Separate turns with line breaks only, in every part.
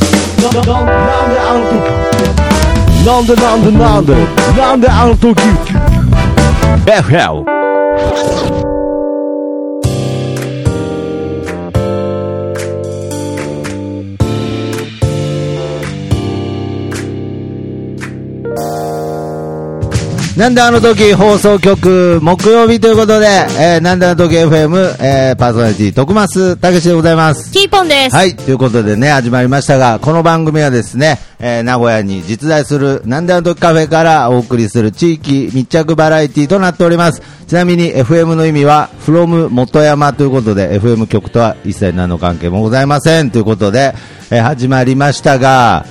なんであの時なんでなんでなんでなんであの時 FL
なんであの時放送局木曜日ということで、えーなんであの時 FM、えーパーソナリティ徳増たけしでございます。
キーポンです。
はい、ということでね、始まりましたが、この番組はですね、えー名古屋に実在する、なんであの時カフェからお送りする地域密着バラエティとなっております。ちなみに FM の意味は、from 元山ということで、FM 局とは一切何の関係もございませんということで、えー始まりましたが、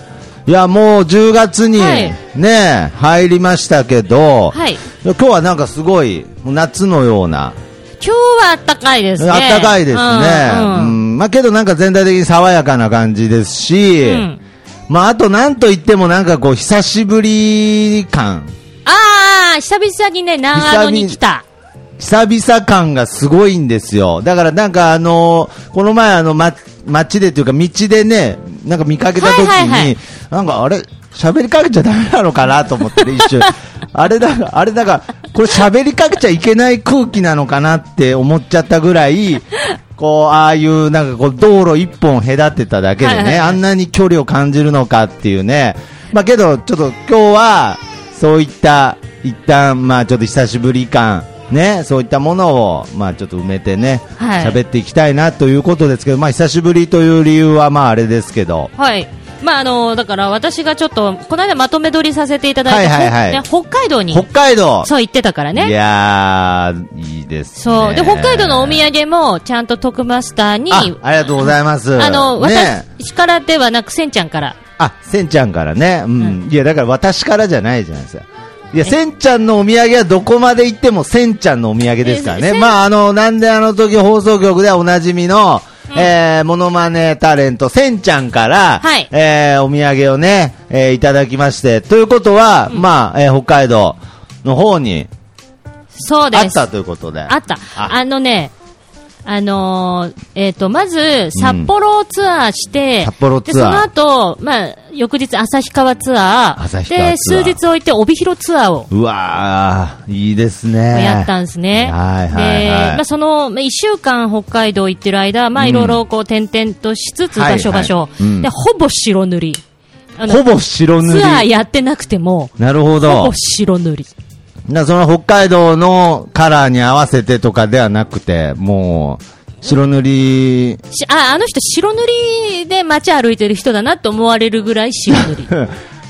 いや、もう10月に
はい
ね、入りましたけど、
はい
今日はなんかすごい、夏のような、
今日はあったかいですね。
あったかいですね。
うんうん
うんまあけどなんか全体的に爽やかな感じですし、
うん
まああとなんといってもなんかこう久しぶり感、
ああ、久々にね、長野に来た。
久々感がすごいんですよ。だからなんかあのーこの前あの、ま、街でというか道でね、なんか見かけた時に、
はいはいはい
なんかあれ、喋りかけちゃダメなのかなと思ってね、 一瞬。あれだが、あれだが、これ喋りかけちゃいけない空気なのかなって思っちゃったぐらい、こう、ああいう、なんかこう、道路一本隔てただけでね、
はいはいはい
あんなに距離を感じるのかっていうね。まあけど、ちょっと今日は、そういった、一旦、まあちょっと久しぶり感、ね、そういったものを、まあちょっと埋めてね、
はい
喋、っていきたいなということですけど、まあ久しぶりという理由は、まああれですけど、
はい。まあ、あの、だから私がちょっと、この間まとめ撮りさせていただいた、
はいはいはい
ほね北海道に
北、海道
そう行ってたから
い
ね。
やー、いいですね。
そう。で、北海道のお土産も、ちゃんと徳マスターに、
あありがとうございます。
あの、
ね、
私からではなく、せんちゃんから。
あ、せんちゃんからね。うん。いや、だから私からじゃないじゃないですか。いや、せんちゃんのお土産はどこまで行ってもせんちゃんのお土産ですから
え
ね。
せん
まあ、あの、なんであの時放送局ではおなじみの、えー、モノマネタレント、せんちゃんから、
はい
えー、お土産をね、えー、いただきまして。ということは、まあ、えー、北海道の方に
そうで
あっ
す。
たということで。
あった。
あ
あのね、あのーえっ、と、まず、札幌ツアーして、
札幌ツアー
で、その後、まあ、翌日、旭川ツアー、
旭川
で、
ツアー
数日置いて、帯広ツアーを。
うわー、いいですね。
やったんですね。
はいはいはい
で、まあ、その、まあ、一週間北海道行ってる間、まあ、いろいろこう、点々としつつ、
はい
場所場所、
はいうん
で、ほぼ白塗り。あの
ほぼ白塗り。
ツアーやってなくても、
なるほど。
ほぼ白塗り。
なその北海道のカラーに合わせてとかではなくて、もう、白塗り、
しあ、あの人白塗りで街歩いてる人だなと思われるぐらい白塗り。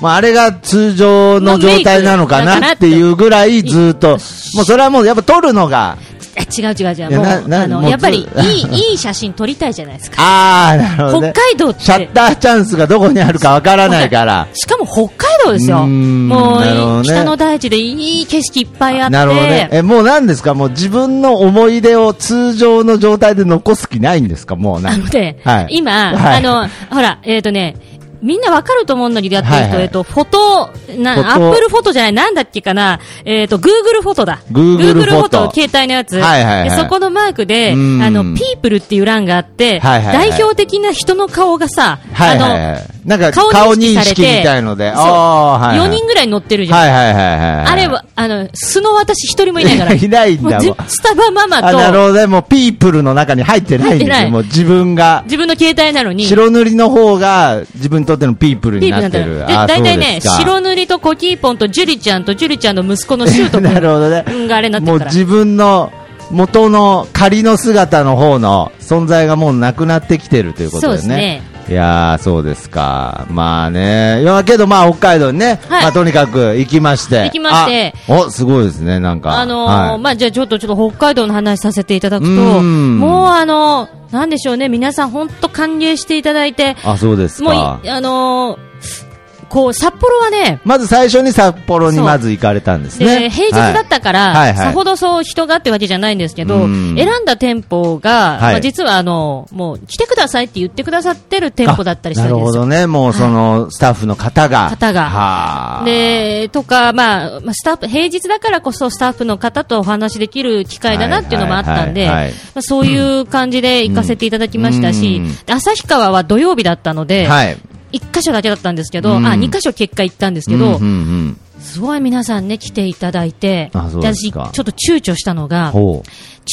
まあ、あれが通常の状態なのかなっていうぐらいずっと、もうそれはもうやっぱ撮るのが、
あ違う違う違。
いうや
もう、
なな
あの、
もう
やっぱ り、い
ず
い、いい写真撮りたいじゃないですか。
あー、なるほど、ね。
北海道って
シャッターチャンスがどこにあるかわからないから。
しかも北海道です
うー
よ。
ん
も
なるほど
う、
ね
北の大地でいい景色いっぱいあって。
なるほどね。え、もう何ですかもう自分の思い出を通常の状態で残す気ないんですかもうな
あ
ん
の
か
ね、
はい
今、
はい
あの、ほら、えっ、とね、みんなわかると思うんだけど、やってる人、
はいはい
えっ、と、フォト、な
フォト
アップルフォトじゃない、なんだっけかな、えっ、と、Google フォトだ。
Google フォト
携帯のやつ。
はいはいはい
でそこのマークで、あ
うん
の、People っていう欄があって、
はいはいはい
代表的な人の顔がさ、
はいはい
あの、
はい。なんか
顔
顔
認識
認
され
識
て、
みたいので、
そう
あーはいはい
4人ぐらい乗ってるじゃん。
はいはいはいはいはい。
あれは、あの、素の私一人もいないか ら。
いないんだもん
うスタバママ
あ、なる
と、
ほどね。もうピープルの中に入ってないんです
入ってな
よ。
い
もう自分が。
自分の携帯なのに、
白塗りの方が自分にとってのピープル
ピ
に
ー
な
プな
っ
んだ
て
よ
る。
で、
あ
大体ね、。
そう
白塗りとコキーポンとジュリちゃんとジュリちゃんの息子のシュート
ですか
君
なるほどね。
があれになって
も
る
う
から。
自分の元の仮の姿の方の存在がもうなくなってきてるということで
そうで
ね。いやー、そうですか。まあね。いや、けどまあ北海道にね、
はい
まあとにかく行きまして。
行きまして
あお、すごいですね、なんか。
あのー
はい
まあ、じゃあちょっと、ちょっと北海道の話させていただく
う
と、
ん
もうあのーなんでしょうね、皆さん本当歓迎していただいて、
あ、そうです
もうい、
か。
あのーこう、札幌はね、
まず最初に札幌にまず行かれたんです
で
ね。
平日だったから、
はいはいはい
さほどそう人がってわけじゃないんですけど、
うん
選んだ店舗が、
い
まあ、実はあのもう来てくださいって言ってくださってる店舗だったりした
なんる
で
ほ
すよ。
どね。もうその、スタッフの方が。
方が
はあ。
で、とか、まあ、まあスタッフ、平日だからこそスタッフの方とお話しできる機会だなっていうのもあったん
は
で、
いはいは
ま
いはい
あそういう感じで行かせていただきましたし
うん、
で旭川は土曜日だったので、
はい。
1箇所だけだったんですけど、
うん
あ2箇所結果行ったんですけ
うん
ど、
うんうん
すごい皆さんね、来ていただいて、
あそうです
私、ちょ
か
っと躊躇したのが、
ほ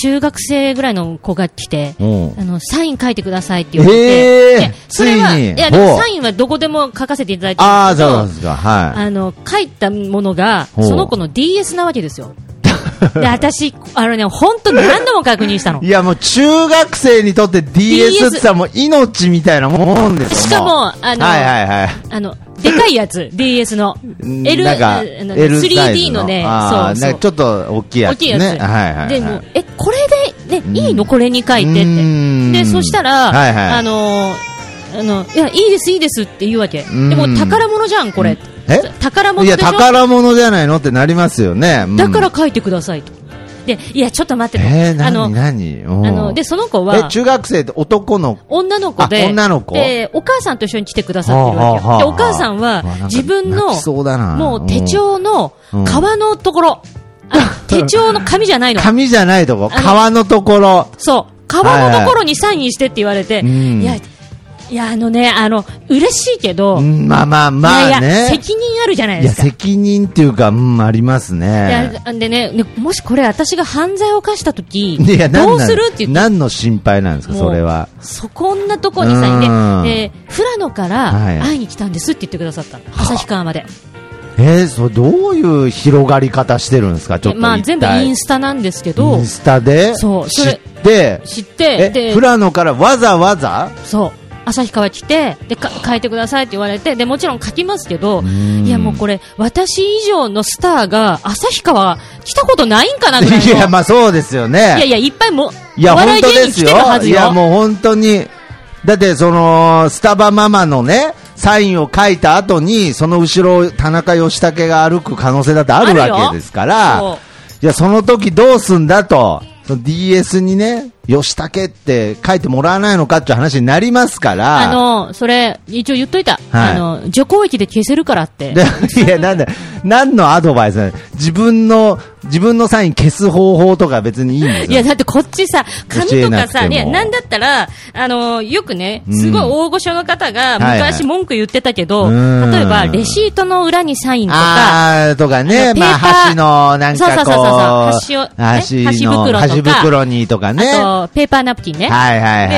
中学生ぐらいの子が来て、
ううん
あの、サイン書いてくださいって言われて、
へー
いやそれは、
つい
い
に
や、
ほ
で
う
もサインはどこでも書かせていただいて
ああ、
るんですけ
そう
ど、
なんですか。は
あの、書いたものが、
ほう
その子の DS なわけですよ。で、私、あのね、本当何度も確認したの
い。い。や、もう中学生にとって DS ってさ、もう命みたいなもんですよ。
しか
う
もあの
はいはいはい。
あの、でかいやつ、DS の。
うん
L、
なんか、
あの
L サイズ
3D のね、
あー
そう
なん
そ
か
う
ち。ょっと大きいや
大
つ
きい
ね。
やつ。
はいはいはい。
で、もうえ、これで、
ん
ね、いいのこれに書いてっ
うーん
て。で、そしたら、
はいはい
あのー、あの、いや、いいです、いいですって言うわけ。
ん
でも、宝物じゃん、これ。
え
宝物
い
でし
や、
ょ
宝物じゃないのってなりますよね。うん
だから、書いてくださいと。で、いや、ちょっと待ってと。
えー、な
あ
に
の、
なに
あの、で、その子
え、
は、
中学生って男の子
女の子で
あ女の子
で、お母さんと一緒に来てくださってる
はあは
わけ
あはあ
よ。で、お母さんは
うわなんか、
自分の
泣きそうだな、
もう手帳の
うん、
革のところ、 あ手帳の紙じゃないの。
紙じゃないとこ、
あの
革のところ。
そう、革のところにサインしてって言われ
い
て、
はい
いや、
うん
いや、あのね、あの、嬉しいけど、
うんまあまあまあ
い
ね。
やいや、責任あるじゃない
い
で
や、
すか。
責任っていうか、うん、ありますね。
ででね、ねもしこれ私が犯罪を犯したとき、
いや、なん
どう
なん
するって言って、
何の心配なんですか、
もう
それは。
そこんなとこにさ、
うん
ね、で、富良野から
はい
会いに来たんですって言ってくださったの。旭川まで。
えー、それどういう広がり方してるんですか、ちょっ
で
と。
まあ全部イン
ス
スタなんですけ
イ
ど
ン、スタで
そう
知
それ
って、
知って、
え、
で
富、良野からわざわざ
そう。旭川来て、で、か書いてくださいって言われて、で、もちろん書きますけど、
ん
いやもうこれ、私以上のスターが、旭川来たことないんかなぐらいの。
いや、まあそうですよね。
いやいや、いっぱいも、
いや、
お笑
本
い
当
芸
で
人
す
来
よ
てるは。ず
い
よ。
や、もう本当に。だって、その、スタバママのね、サインを書いた後に、その後ろを田中義武が歩く可能性だってある
あるよ
わけですから
そう、
いや、その時どうすんだと、その DS にね、義武って書いてもらわないのかっていう話になりますから、
あの、それ、一応言っといた。
はい
あの、除光液で消せるからって。
でいや、なんだ、何のアドバイスなの自分の、自分のサイン消す方法とか別にいいんですよ。
いや、だってこっちさ、紙
教え
と
な
か
くて
さ、
も
ね、なんだったら、あの、よくね、すごい大御所の方が、
はいはい
昔文句言ってたけど、
うん
例えば、レシートの裏にサインとか、
あーとかね、
あの
まあ、
ペーパー
箸の、なんかこう、
そうそうそうそう
箸
箸をね
の
箸袋とか
箸袋にとかね。は
あと、ペーパーナプキンね。
いはいはい
で
はいはい。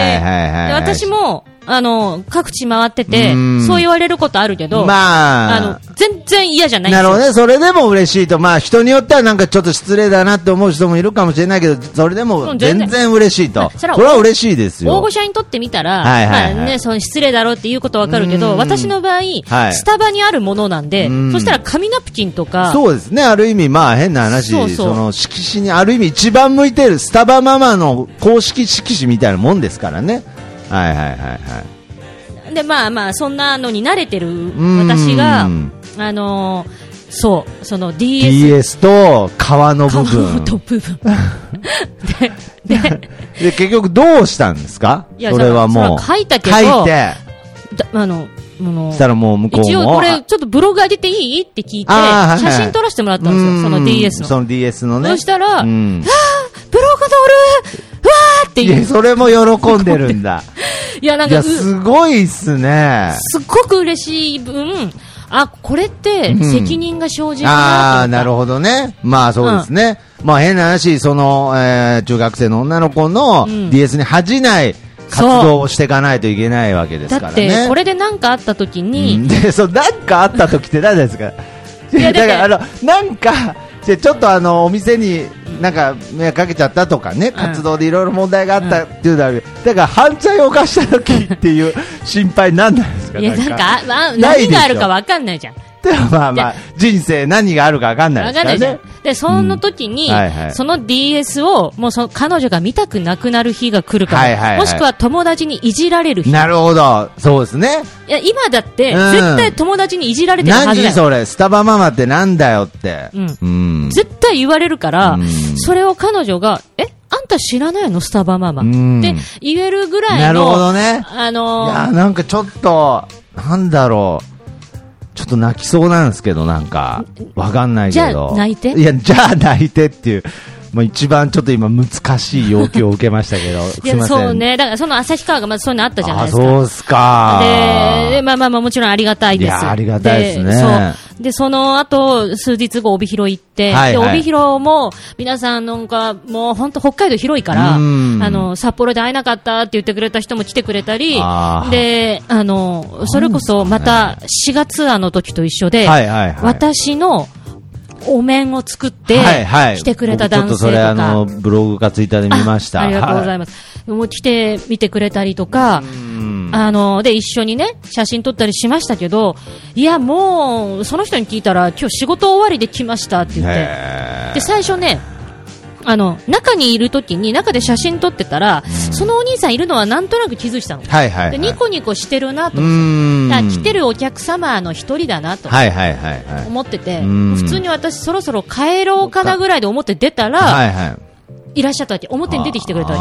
で私、も、あの、各地回ってて
うん、
そう言われることあるけど、
ま
あ
あ
の、、全然嫌じゃないん
な
で
る
すよ
ほどね、それでも嬉しいと、まあ、人によってはなんかちょっと失礼だなって思う人もいるかもしれないけど、それで
う
も
ん
全
全然
然嬉しいと。
そ
そ
れ
れ
は
は嬉しいです
大
よ
御。所にとってみたら、
はいはいはい
まあね、その失礼だろうっていうことはわかるけ
うん
ど、私の場合、
はい
スタバにあるものなんで
うん、
そしたら紙ナプキンとか、
そうですね、ある意味、まあ、変な話、そ
そうそう
の、色紙に、ある意味一番向いてる、スタバママの公式色紙みたいなもんですからね。はいはいはいはい。
で、まあまあ、そんなのに慣れてる
ん
私が、あのーそう、その DS
DS と革の
カ
部
バー
分。
の部分。で、で、
で、結局どうしたんですか
いや
それはもう。
それは書いたけど
書いて、
だあの、あの
したらもう向こうも。
一応こ
あ
れ、ちょっとブログ上げていいって聞いて、
あーはいはい
写真撮らせてもらったんで
う
す
ん
よ、その DS の。
その DS のね。
そしたら
うん
ブログ撮るうわーって
い
い
や、
う。
それも喜んでるんだ。
い や、なん
い
か、
や、
うす
すごいっすね。
っごく嬉しい分、あ、これって
うん
責任が生じる
ああ、
なと思った
なるほどね。まあそうですね。まあ変な話、その、えー中学生の女の子の
うん
DS に恥じない活動をしていかないといけないわけですから
だっ
ね。
て、これで何かあった時に、
うん でそうなんかあった時って何ですか
いや
だか
だって
らあのなんかじゃあちょっとあのお店になんか迷惑かけちゃったとかね活動でいろいろ問題があったっていうのはある、だから犯罪を犯した時って いう心配なんなんですか
いや、なんか、ああ
ないでしょ
何があるか分かんないじゃん。
でもまあまあ人生何があるか分かんない
分
で
か
すから
んないじゃ
ね
ん。で、その時に、
うんはいはい
その DS を、もうその彼女が見たくなくなる日が来るかも、
はいはいはい
もしくは友達にいじられる日。い
なるほどそうですね
や、今だって、
うん
絶対友達にいじられてるはずだ
何
よ。
それスタバママってなんだよって
うん
うん
絶対言われるから、
うん
それを彼女が、えあんた知らないのスタバママ。っ
ん
て言えるぐらいの、
なるほどね
あ
い
の
やーなんかちょっと、なんだろう。ちょっと泣きそうなんですけど、なんか、わかんないけど。
じゃあ泣いて
いや、じゃあ泣いてっていう。まあ、一番ちょっと今難しい要求を受けましたけど、す
い
い
や、
ません。
そうね。だから、その旭川がまずそういうのあったじゃない
あ、
です
そう
か。
っすか。
で、でまあまあまあ、もちろんありがたいで
い
す。
やありがたいですね
そう。で、その後、数日後、帯広行って、
はい
で、
はい
帯広も、皆さんなんか、もう本当北海道広いから、あ
うん
の、札幌で会えなかったって言ってくれた人も来てくれたり
あ、ー
で、あの、それこそ、また、4月あの時と一緒で、
はいはいはい
私の、お面を作って
はいはい、
来てくれた男
僕ちょっとそ
性とか、
れ、あの、ブログかツイッターで見ました。
あありがとうござい
ま
ます。もう来て見てくれたりとか、あの、で、一緒にね、写真撮ったりしましたけど、いや、もう、その人に聞いたら、今日仕事終わりで来ましたって言って、で、最初ね、あの、中にいる時に、中で写真撮ってたら、そのお兄さんいるのはなんとなく気づいてたの。
はいはい、はい。
で、ニコニコしてるなと
う
思って。
ーん。
だから来てるお客様の一人だなと
はいはいはいはい。
思ってて、
うん
普通に私そろそろ帰ろうかなぐらいで思って出たら、
はいはい。
い、らっしゃったわけ。表に出てきてくれたわ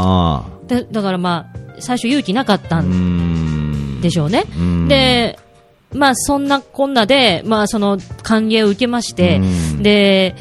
け。
あー
だだからまあ、最初勇気なかっ
う
た
ー
ん
ん。
でしょうね。
ん
で、まあそんなこんなで、まあその歓迎を受けまして
う、
で、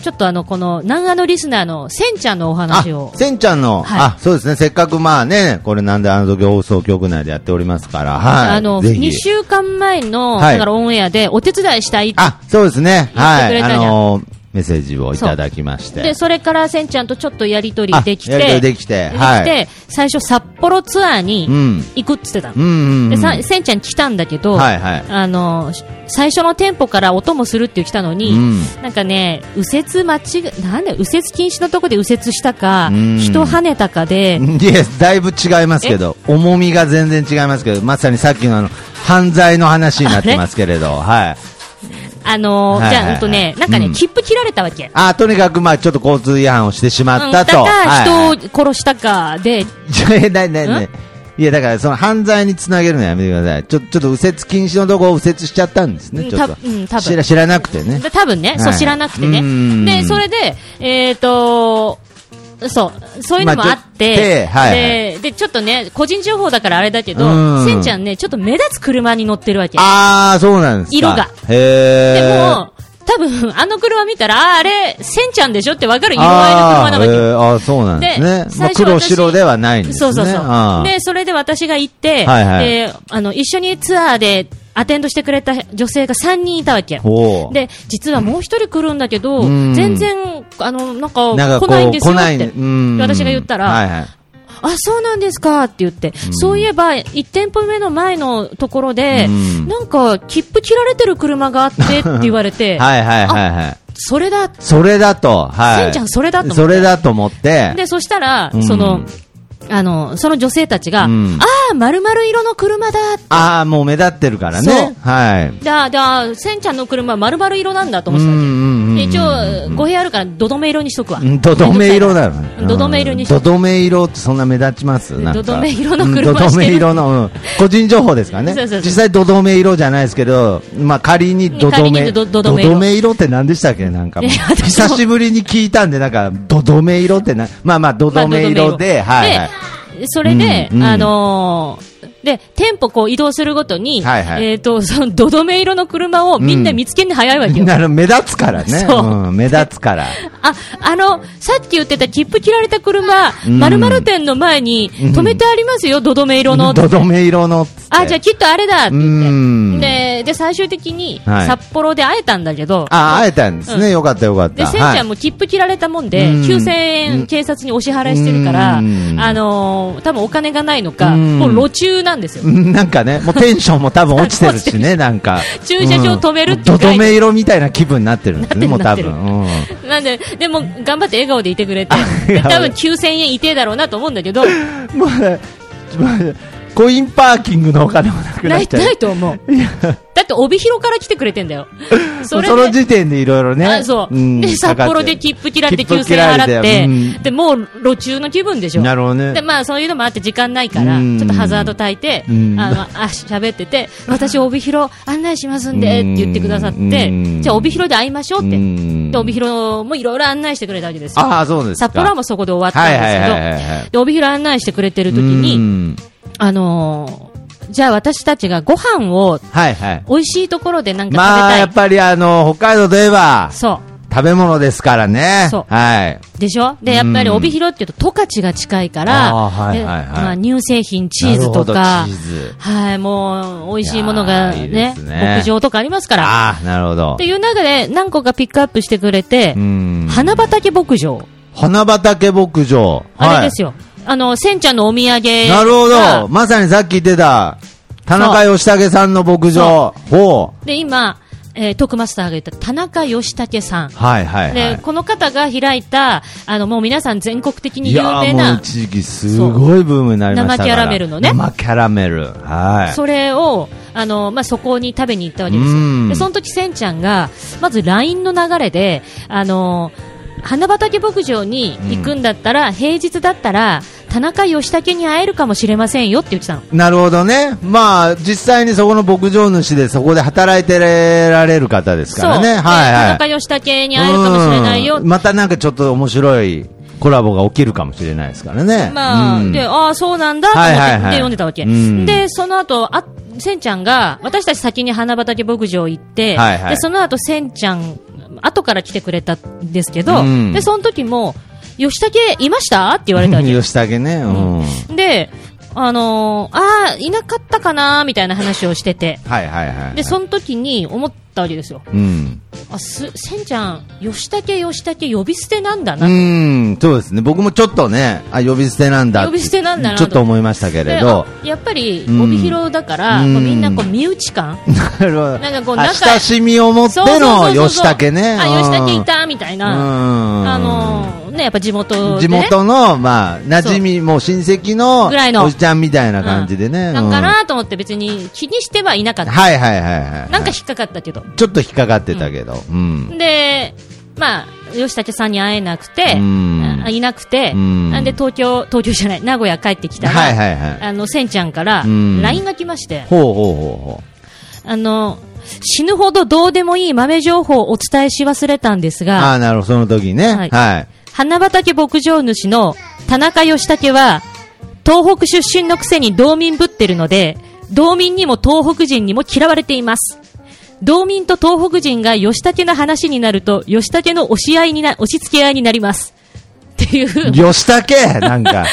ちょっとあの、この南アのリスナーのせんちゃんのお
あ
話を、。
せんちゃんの、
はい
あ、そうですね。せっかくまあね、これなんであの時放送局内でやっておりますから、はい。
あの、
ぜひ
2週間前の、
はい
だからオンエアでお手伝いしたいって
あ、そうですね。
言って
は
く
い。
れた
あ
じゃん
の、メッセージをいただきまして。
で、それからせんちゃんとちょっとやりとりできて、
あやりとりできてはい
できて最初札幌ツアー
う
に
ん。
行くって言ってたの。
うんうん、うん。
でさせんちゃん来たんだけど、
はいはい
あのし最初の店舗から音もするって来たのに、
うん
なんかね、右折待ちが、なんで右折禁止のとこで右折したか、
うん
人跳ねたかで、
いや、だいぶ違いますけど、重みが全然違いますけど、まさにさっきのあの、犯罪の話になってますけれど、はい。
あの
はい
じ
はい
ゃ
はい
あ、うんとね、なんかね、
うん
切符切られたわけ。
あ、とにかく、まあちょっと交通違反をしてしまったと。
うんだ
は
か、人を殺したかで、
いはい、いや、 ないないない。いや、だから、その犯罪につなげるのやめてください。ちょ、ちょっと右折禁止のとこを右折しちゃったんです
う
ね、
ん
ちょっと。
たうん多分
知ら、知らなくてね。
で多分ね、
はい
そう知らなくて
う
ね。
ん
で、それで、えっ、とそう、そういうのもあって、
まあちょっとはい
で、で、ちょっとね、個人情報だからあれだけ
う
ど、
ん
せんちゃんね、ちょっと目立つ車に乗ってるわけ。
あー、そうなんですか。
色が。
へ
で
ー。
も、多分、あの車見たら、あーあれ、せんちゃんでしょってわかる色合
あ
い
ー
の車なわけ。
えーあーそうなんですね。まあ、
最初私
黒白ではないんですね。
そうそうそ
あー
う。で、それで私が行って、
はいはい
で、あの、一緒にツアーでアテンドしてくれた女性が3人いたわけ。
ほう。
で、実はもう一人来るんだけど、
うん
全然、あの、なんか、
なんかこ
来
う
ないんですよ
来ない
っ
ん
て、
うん
私が言ったら、
はいはい。
あ、そうなんですかって言って、そういえば、1店舗目の前のところで、
うん
なんか、切符切られてる車があってって言われて、
はいはいはいはい。
それだって
それだと、はい。
せんちゃんそれだと思って
それだと思って。
で、そしたら、
うん
その、あの、その女性たちが、
うん
ああ、丸々色の車だ
ああ、もう目立ってるから
そう
ね。はい。
だ、だ、せんちゃんの車丸々色なんだと思
う
っ
んう
てたわけ。
んうん。
で一応、語弊あるから、どどめ色にしとくわ。
うん。どどめ色だよ
う
ね。
んどどめ色にし
どどめ色ってそんな目立ちますなんか
どどめ色の
うん
車してる
どどめ色の、うん個人情報ですからね。
そうそうそう
実際どどめ色じゃないですけど、まあ仮にどど
仮
め、
にどどどめ
色
色
って何でしたっけなんかもう。
いや私も
久しぶりに聞いたんで、なんか、どどめ色ってな、まあまあど
まあ
どめ色で、はいはい。
でそれで、
うんうん
あのーで、店舗こう移動するごとに、
はいはい
えっ、と、その、どどめ色の車をみんな見つけるの早いわけよ。
なる目立つからね。
そう
うん、目立つから。
あ、あの、さっき言ってた切符切られた車、
うん
まるまる店の前に止めてありますよ、どどめ色の。
どどめ色のっつって。
あ、じゃあきっとあれだって
う
言っ
ん
て。で、で、最終的に、
はい
札幌で会えたんだけど、
あ、会えたんですね。
うん
よかったよかった。
で、せんちゃんも切符切られたもんで、
うん
9000円警察にお支払いしてるから、
うん
あのー多分お金がないのか、
うん
もう路中なんですよ
はい。うんなんかね、もうテンションも多分落ちてるし ね、なんか。
駐車場止めるって
うん
いう概
ど
念
どめ色みたいな気分になってるんですね、もう
なっ
多
てる
分。うん
なんで、でも、頑張って笑顔でいてく れて
あ、
で
やばい
多分9000円いてえだろうなと思うんだ けど、
もうね、もうねコインパーキングのお金もなく
な
なっ
い、
ちゃう
ない。と思う。だって帯広から来てくれてんだよ。
そ
れで
の時点でいろいろね。
あそう、
ん
で、札幌で切符切られて9000円払っ
切符切られ
て、
うん
で、もう路中の気分でしょ。
なるほど
で、
ね。
まあ、そういうのもあって時間ないから、
うん
ちょっとハザード焚いて、
うん
あの、あ、喋ってて、私帯広案内しますんで、って言ってくださ
う
って、
ん
じゃあ帯広で会いましょうって。
うん
で、帯広もいろいろ案内してくれたわけですよ。
ああ、そうですか。
札幌はもうそこで終わったんですけど、
はいはいはいはいはい
で、帯広案内してくれてる時
う
に、
ん
あのーじゃあ私たちがご飯を
はいはい。
美味しいところでなんか食べたい。
まあ、やっぱりあの、北海道といえば、
そう。
食べ物ですからね。
そう
はい。
でしょで、やっぱり帯広っていうと十勝が近いから、
あーはい
で
はいはい
まあ、乳製品、チーズと
な
か
るほどチーズ、
はい、もう、美味しいものが
いやーいい
ね
ですね
牧場とかありますから、
ああ、なるほど
って。いう中で何個かピックアップしてくれて
う、ん。
花畑牧場、
花畑牧場。
あれです
よ。
よ。あの、せんちゃんのお土産が。
なるほど。まさにさっき言ってた、田中義武さんの牧場。ほう。
で、今、えー、トークマスターが言った田中義武さん。
はいはいは
で
い、。
この方が開いた、あの、もう皆さん全国的に
い
有
や
名
ーもう
な、
一時期すごいブームになりましたから
生キャラメルのね
生キャラメル。はい。
それを、あの、まあ、そこに食べに行ったわけです
うん
よ。で、その時、せんちゃんが、まず LINE の流れで、あの、花畑牧場に行くんだったら、平日だったら、田中義武に会えるかもしれませんよって言ってたの。
なるほどね。まあ、実際にそこの牧場主でそこで働いてられる方ですからね。
で
はいはい。
田中義武に会えるかもしれないよって
うんまたなんかちょっと面白いコラボが起きるかもしれないですからね。
まあ、
うん
で、ああ、そうなんだと
はいはい
思
はい
ってで読んでたわけ。
うん
で、その後、あ、せんちゃんが、私たち先に花畑牧場行って、
はいはい
で、その後、せんちゃん、後から来てくれたんですけど、
うん
で、その時も、吉武いました って言われたわけ。
吉武ね。うん。はい
で、あのーああ、いなかったかなみたいな話をしてて。
はいはい。
で、その時に思ったわけですよ。
うん。
あ、す、せんちゃん、吉武吉武呼び捨てなんだな。
うん、そうですね。僕もちょっとね、あ、呼び捨てなんだって。
呼び捨てなんだな
ち
と
ょっと思いましたけ
で
れど。
あやっぱり、
うん
帯広だから、
うん
こうみんなこう身内感
なるほど。
なんかこう
あ
仲
親しみを持っての吉武ね。
あ、
うん
吉武いたみたいな。
うん。
あのーね、やっぱ地元
地
でね。
元の、まあ、馴染み、もう親戚の、
ぐらいの
おじちゃんみたいな感じで
う
ね。
んなん
う
か
ん
なと思って別に気にしてはいなかった。
はいはいはいはい。
なんか引っかかったけど。
ちょっと引っかかってたけど。うん。
で、まあ、吉武さんに会えなくて、
うん
あいなくて、
うん
なんで東京、東京じゃない、名古屋帰ってきたら、
はいはいはい
あの、せんちゃんから、
うん
LINE が来まして、
ほうほうほうほ
あの、死ぬほどどうでもいい豆情報をお伝えし忘れたんです
う。
が、
ああ、なるほど、その時ね。は。
はいい花畑牧場主の田中義武は、東北出身のくせに道民ぶってるので、道民にも東北人にも嫌われています。道民と東北人が義武の話になると、義武の押し合いにな、押し付け合いになります。っていう。 じ。
吉武なんか
ゃ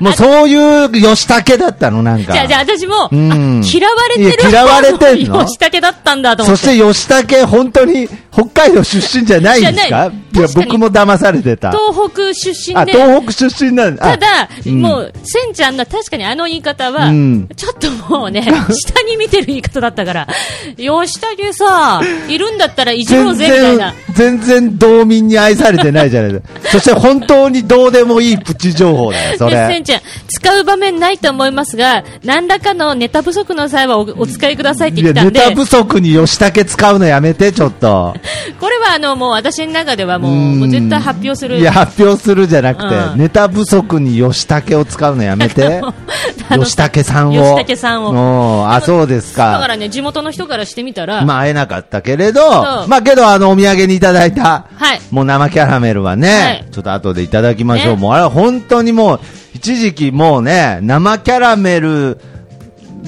もうそういう吉武だったの、なんか。
あ、じゃあ、じゃあ私も、あ
うん
嫌われて
いや
る。
嫌われてんの
義武だったんだと思
そ
っ。
してて吉武、本当に北海道出身じゃないんです
じゃ
か
ないい
や
確、かに
僕も騙されてた。
東北出身
あ、
で、
東北出身なんあ
ただ、
ん
もう、せんちゃんの確かにあの言い方は、
うん
ちょっともうね、 下に見てる言い方だったから、吉武さ、いるんだったらいじろう
全
ぜ、みたい
然全
な。、
然道民に愛されてないじゃないです か。そして本当にどうでもいいプチ情報だよ、そ
でせ
れ
ん。ちゃん、使う場面ないと思いますが、何らかのネタ不足の際はおお使いくださいって
い
言
や、
った
ネ
んで
タ、不足に吉武使うのやめて、ちょっと。
これはあの、もう私の中ではもう、
うん
もう絶対発表する。
いや、発表するじゃなくて、
うん
ネタ不足に吉武を使うのやめて
もう。 あの
吉武さんを。
吉武さんを
おーあ、そうです
だか
か。
らね、地元の人からしてみたら、
まあ、会えなかったけれど、
そう
まあ、けど、あの、お土産にいただいた、
はい
もう生キャラメルはね、
はい
ちょっと後でいただきましょう。
ね
もう、あれは本当にもう、一時期もうね、生キャラメル、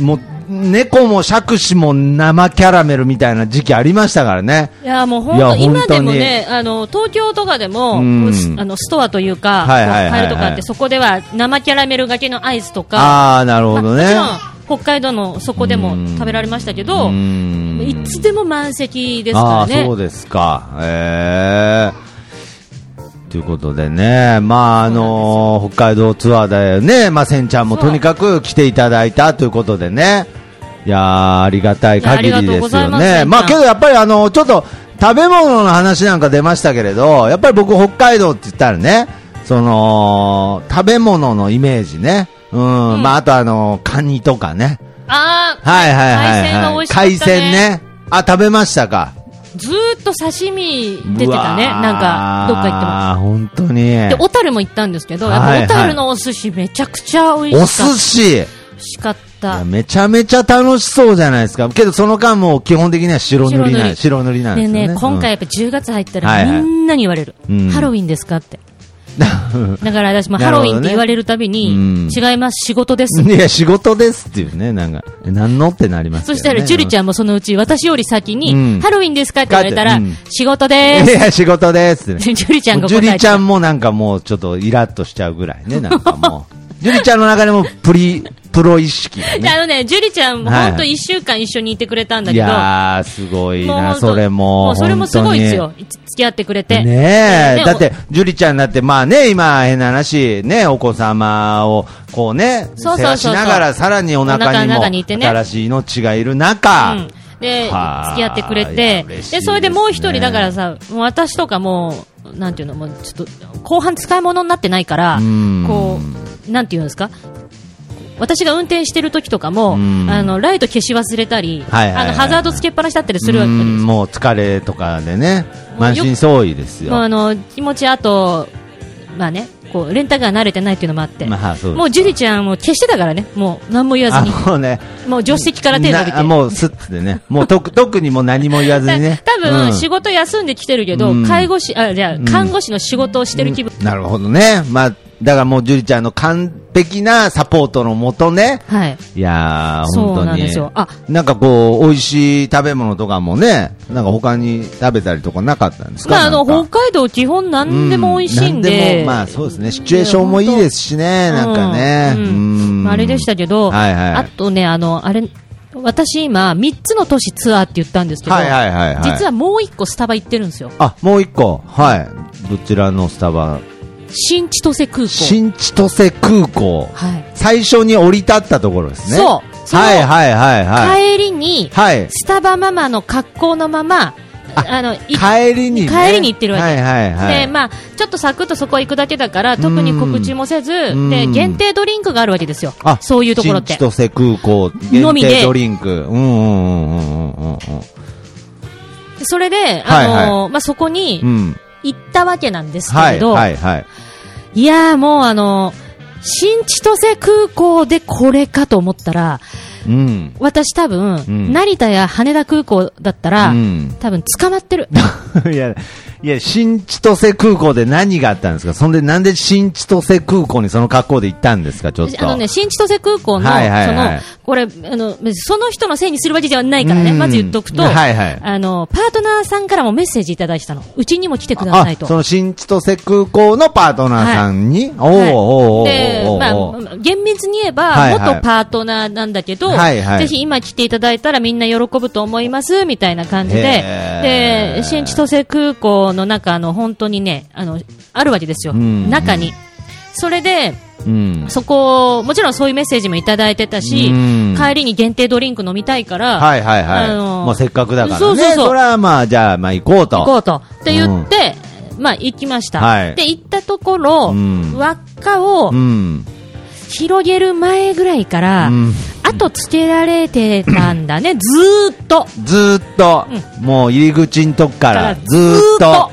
もう、猫も杓子も生キャラメルみたいな時期ありましたからね。
いやもう
い
本
や
当、今
本当
で
に
もね、あの東京とかでも、
うん
すあのストアというか、
はいはいはいはい
こう買えるとかあって、そこでは生キャラメルがけのアイスとか、
ああ、なるほどね。
まあもちろん北海道のそこでも食べられましたけど、
ん
いつでも満席ですから
ああ、
ね
そう。ですか。ええということでね、まあ、あの北海道ツアーでね、まあ、せんちゃんも
そう
とにかく来ていただいたということでね、いやーありがたい限
いやあ
り
りがとう
で
ご
す
ざい
よ
ますせんち
ね。
ゃん
まあ、けどやっぱりあの、ちょっと、食べ物の話なんか出ましたけれど、やっぱり僕、北海道って言ったらね、その、食べ物のイメージね。うん。
うん
まあ、あとあの、カニとかね。
ああ、
はいはいはい、はい。
海鮮が美味しかったね
海鮮ね。あ、食べましたか。
ずーっと刺身出てたね、
うわー
なんか、どっか行ってま
本当に。
す。で、小樽も行ったんですけど、やっ
はいはい
ぱ小樽のお寿司めちゃくちゃ美
お
味しかっ
寿司い
た。美味しかっ
や
た。
めちゃめちゃ楽しそうじゃないですか。けどその間もう基本的には白塗りな、白塗りなんで
です
よね。
ね、今
う
回やっぱ10月入った
はいは
ら
い
みんなに言われる。
うん
ハロウィンですかって。だから私も
な
ハ
るほ
ロ
どね
ウィンって言われるたび
う
に、
ん
違います、仕事で す。
いや、仕事ですっていうね、なんか、え何のってなりますけど
そ
ね
したら、ジュリちゃんもそのうち、私より先に、
うん
ハロウィンですかって言われたら、
うん
仕事
い
で
や、仕事ですって
す。
ね。
ジュリちゃんが
ジ
答
ュ
え
リちゃ
ん。
んもなんかもうちょっとイラッとしちゃうぐら いね、なんかもう。ジュリちゃんの中でもプリ、プロ意識が
で
ね。
あのね、ジュリちゃんも
はい
本当一週間一緒にいてくれたんだ
い
けど、
やー、すごい
もう
な、
本当
それも。
うそれもすごいですよ
本。
付き合ってくれ
当
て。
に。ねえ、
ね
だって、ジュリちゃんだって、まあね、今、変な話、ね、お子様を、こうね、世
そうそうそうそう
話しながら、さらにお腹
お腹
に
の
も、
中にいてね
新しい命がいる中、
うんで、付
はあ
き合ってくれ
いや
て、
嬉しい
で、それでもう一
ですね
人、だからさ、もう私とかもう、なんていうの、もうちょっと、後半使い物になってないから、
うん
こう、なんていうんですか、私が運転してる時とか
う
も、
ん
あの、ライト消し忘れたり、
はいはいはい
あの、ハザードつけっぱなしだったりするわけ
う
で
ん
す。
もう疲れとかでね、
もう
満
よく
身創痍ですよ。
もうあの、気持ち、あと、まあね、こう、レンタカー慣れてないっていうのもあって、
まあそうです
もうジュリちゃんも消してたからね、もう、何も言わ
あ
ずに、
もうね、
もう助手席から手伸びて
な。もうスッてね、もうとく 特にもう何も言わずにね。
た多分、
うん
仕事休んできてるけど、
うん
介護士、あ、じゃあ
ん
看護師の仕事をしてる気分。
なるほどね。まあ、だからもう、樹里ちゃんの完璧なサポートのもとね。
はい。
いやー、
そう
本当
なん
に。
ですよあ
なんかこう、美味しい食べ物とかもね、なんか他に食べたりとかなかったんですか
まあ、あの、
なんか
北海道基本何でも美味しいん
う何
で。
でも、まあそうですね、シチュエーションもいいですしね、なんかね。
うん
うん
まあ、あれでしたけど、
はいはい
あとね、あの、あれ、私今、3つの都市ツアーって言ったんですけど、
はいはいはいはい
実はもう1個スタバ行ってるんですよ。
あ、もう一個。はい。どちらのスタバ
新千歳空港。
新千歳空港。
はい。
最初に降り立ったところですね。
そうその
はいはいはいはい。
帰りに、
はい。
スタバママの格好のまま、
あ
あの、い
帰りにね、
帰りに行ってるわけ
はいはいは
で、
い。
まあ、ちょっとサクッとそこ行くだけだから、特に告知もせず、
ん
で、限定ドリンクがあるわけですよ。そういうところって
新。千歳空港
の
限
み
定
で
ドリンク。うんうんうんうんうん
それで、
はいはい
あのーまあ、そこ
う
に
ん。うん。
行ったわけなんですけ
は
れ
い
ど、
はい
い
はい。
やーもうあのー新千歳空港でこれかと思ったら、
うん。
私多分、
うん
成田や羽田空港だったら、
うん
多分捕まってる。
いや、いや、新千歳空港で何があったんですかそんでなんで新千歳空港にその格好で行ったんですかちょっと。
あのね、新千歳空港の、
はいはいはい
その、これ、あの、その人のせいにするわけではないからね、
うん
まず言っとくと、
はいはい
あの、パートナーさんからもメッセージいただいてたの。うちにも来てくださいと。
あその新千歳空港のパートナーさんに、お
はい
ーおーおーおーおー
で、まあ、厳密に言えば、
はいはい
元パートナーなんだけど、
はいはい
ぜひ今来ていただいたらみんな喜ぶと思います、みたいな感じ
へー
で、で、新千歳空港の中の本当にね、あの、あるわけですよ。
ん
中に。それで、
うん。
そこ、もちろんそういうメッセージもいただいてたし
うん、
帰りに限定ドリンク飲みたいから、
はいはいはい。
あの
まあせっかくだからね。
そうそうそう
れはまあじゃあ、まあ行こうと。
行こうと。って言って、まあ行きました。
はい
で、行ったところ、
うん
輪っかを
うん。
広げる前ぐらいから、
うん
あとつけられてたんだね、ずーっと。
ずーっと、もう入り口のとこか、
からら
ずーっ
ずーっ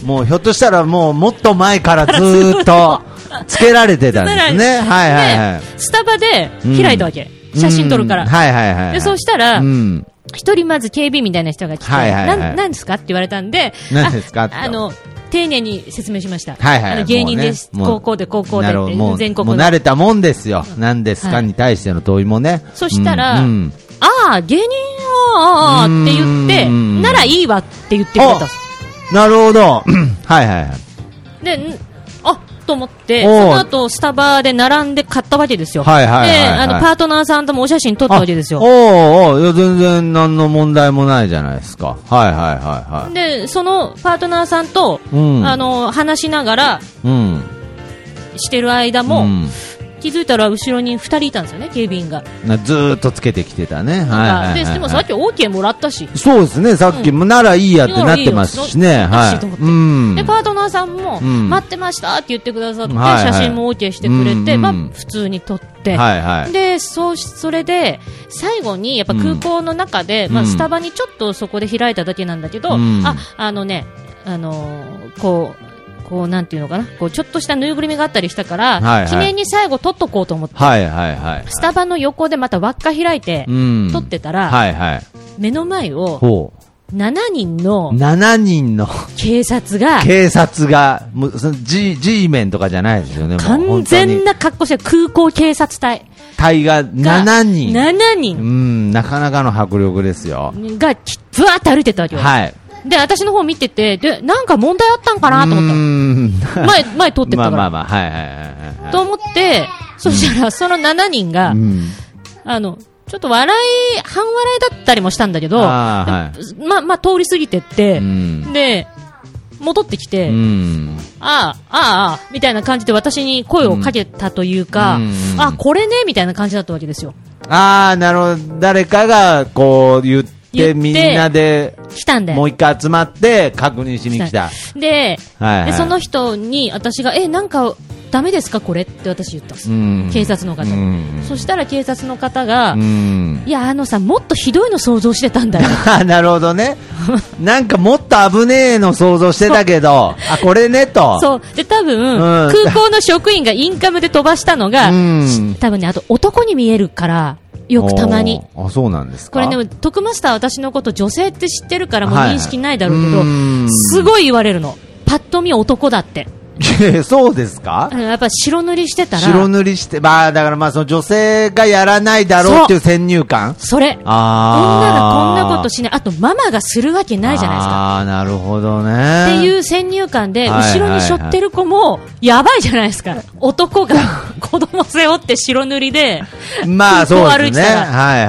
と。もうひょっとしたらもうもっと前からずーっ と、つけられてたんですね。はいはいはい。
で、スタバで開いたわけ。写真撮るから。
うんはいはいはいはい。
で、そうしたら
う、ん。
一人まず警備員みたいな人が来て、
はいはいはい
なんなんですかって言われたんで、
何ですか
あ
って
あの、丁寧に説明しました。
はいはい。
あの芸人です。
もうねも
高
う
校で、高校で
なる
っ
ほど
て、
もう
全
も
国
う
の
慣。れたもんですよ。何ですか
はい
に対しての問いもね。
そした
う
ら、
んうん
ああ、芸人ああって言って、
うん
ならいいわって言ってくれたんです。
なるほど。 はいはいはい。
で、んあと思って、
お
そうの後スタバで並んで買ったわけですよ。
はいはいはいはい
で、あの、パートナーさんともお写真撮ったわけです
あ
よ。
おうおういや全然何の問題もないじゃないですか。はいはいはいは
で、そのパートナーさんと、
うん
あの、話しながら
い。うん。
してる間も、
ん
気づいたら後ろに二人いたんですよね、警備員が。
なずーっとつけてきてたね。はいはいはいはい、
で、でもさっき OK もらったし。
そうですね、さっきも、ならいいやってなってますしね。
いいよいいよ
は
よしと
い。
思って
うん。
で、パートナーさんも、
うん
待ってましたって言ってくださって、
はいはい
写真も OK してくれ
うん
て、
うん
まあ、普通に撮って、
はいはい
で、そうし、それで、最後に、やっぱ空港の中で、
うん
ま
う
あ、
ん
スタバにちょっとそこで開いただけなんだけど、
うん
あ、あのね、あのーこう、こう、なんていうのかな、こう、ちょっとしたぬいぐるみがあったりしたか
は
ら、
いはい
記念に最後撮っとこうと思って、
はいはいはい。
スタバの横でまた輪っか開いて
う、ん。
撮ってたら、
はいはい。
目の前を、
ほう。
7人の
7人の
警察が
警察が、もうその G、G メンとかじゃないですよね、もう
完
本当に
全な格好してる空港警察隊
隊が
が
7人。
7
う
人
ん、なかなかの迫力ですよ。
がきぶわーって歩いてったわけよ、
はい。
で私の方見ててでなんか問題あったんかなと思った
うー
の
ん。
前前通ってっ
まあ まあ
たから、
まあ、はいはいはいはい。
と思ってそしたらその7人が、
うん。
あのちょっと笑い半笑いだったりもしたんだけど
あー
まあまあ通り過ぎてって、
うん
で戻ってきて、
うん。
ああ、ああ、ああみたいな感じで私に声をかけたというか、
うん
あ、これね、みたいな感じだったわけですよ。
ああ、なるほど。誰かが、こう、言っ
言っ
て、
て
みんなで、
来たんで。
もう一回集まって、確認しに来た。
で、
はいはい
でその人に私が、え、なんか、ダメですかこれって私言ったんです。
うん
警察の方
う
に。
ん
そしたら警察の方が、
うん。
いや、あのさ、もっとひどいの想像してたんだよ。
あーなるほどね。なんかもっと危ねえの想像してたけど、 あ、これねと。
そう。で、多分、
うん
空港の職員がインカムで飛ばしたのが、
うん
し多分ね、あと男に見えるから、よくたまに。
おー。あ、そうなんですか。
これね、トクマスターは私のこと女性って知ってるからもう
はい
認識ないだろうけど、
うーん
すごい言われるの。パッと見男だって。
え そうですか
うんやっぱ白塗りしてたら、
白塗りして、まあだからまあその女性がやらないだろうっていう先入観
それ。女
あ
が
ー
こんなことしない。あと、ママがするわけないじゃないですか。
ああ、なるほど
っ
ね。
ていう先入観で、
はい
後ろに背負ってる子も、やばいじゃないですか。男が子供背負って白塗りで、
まあそうです
空港歩いて
ね。
た
はい
ら
はいはい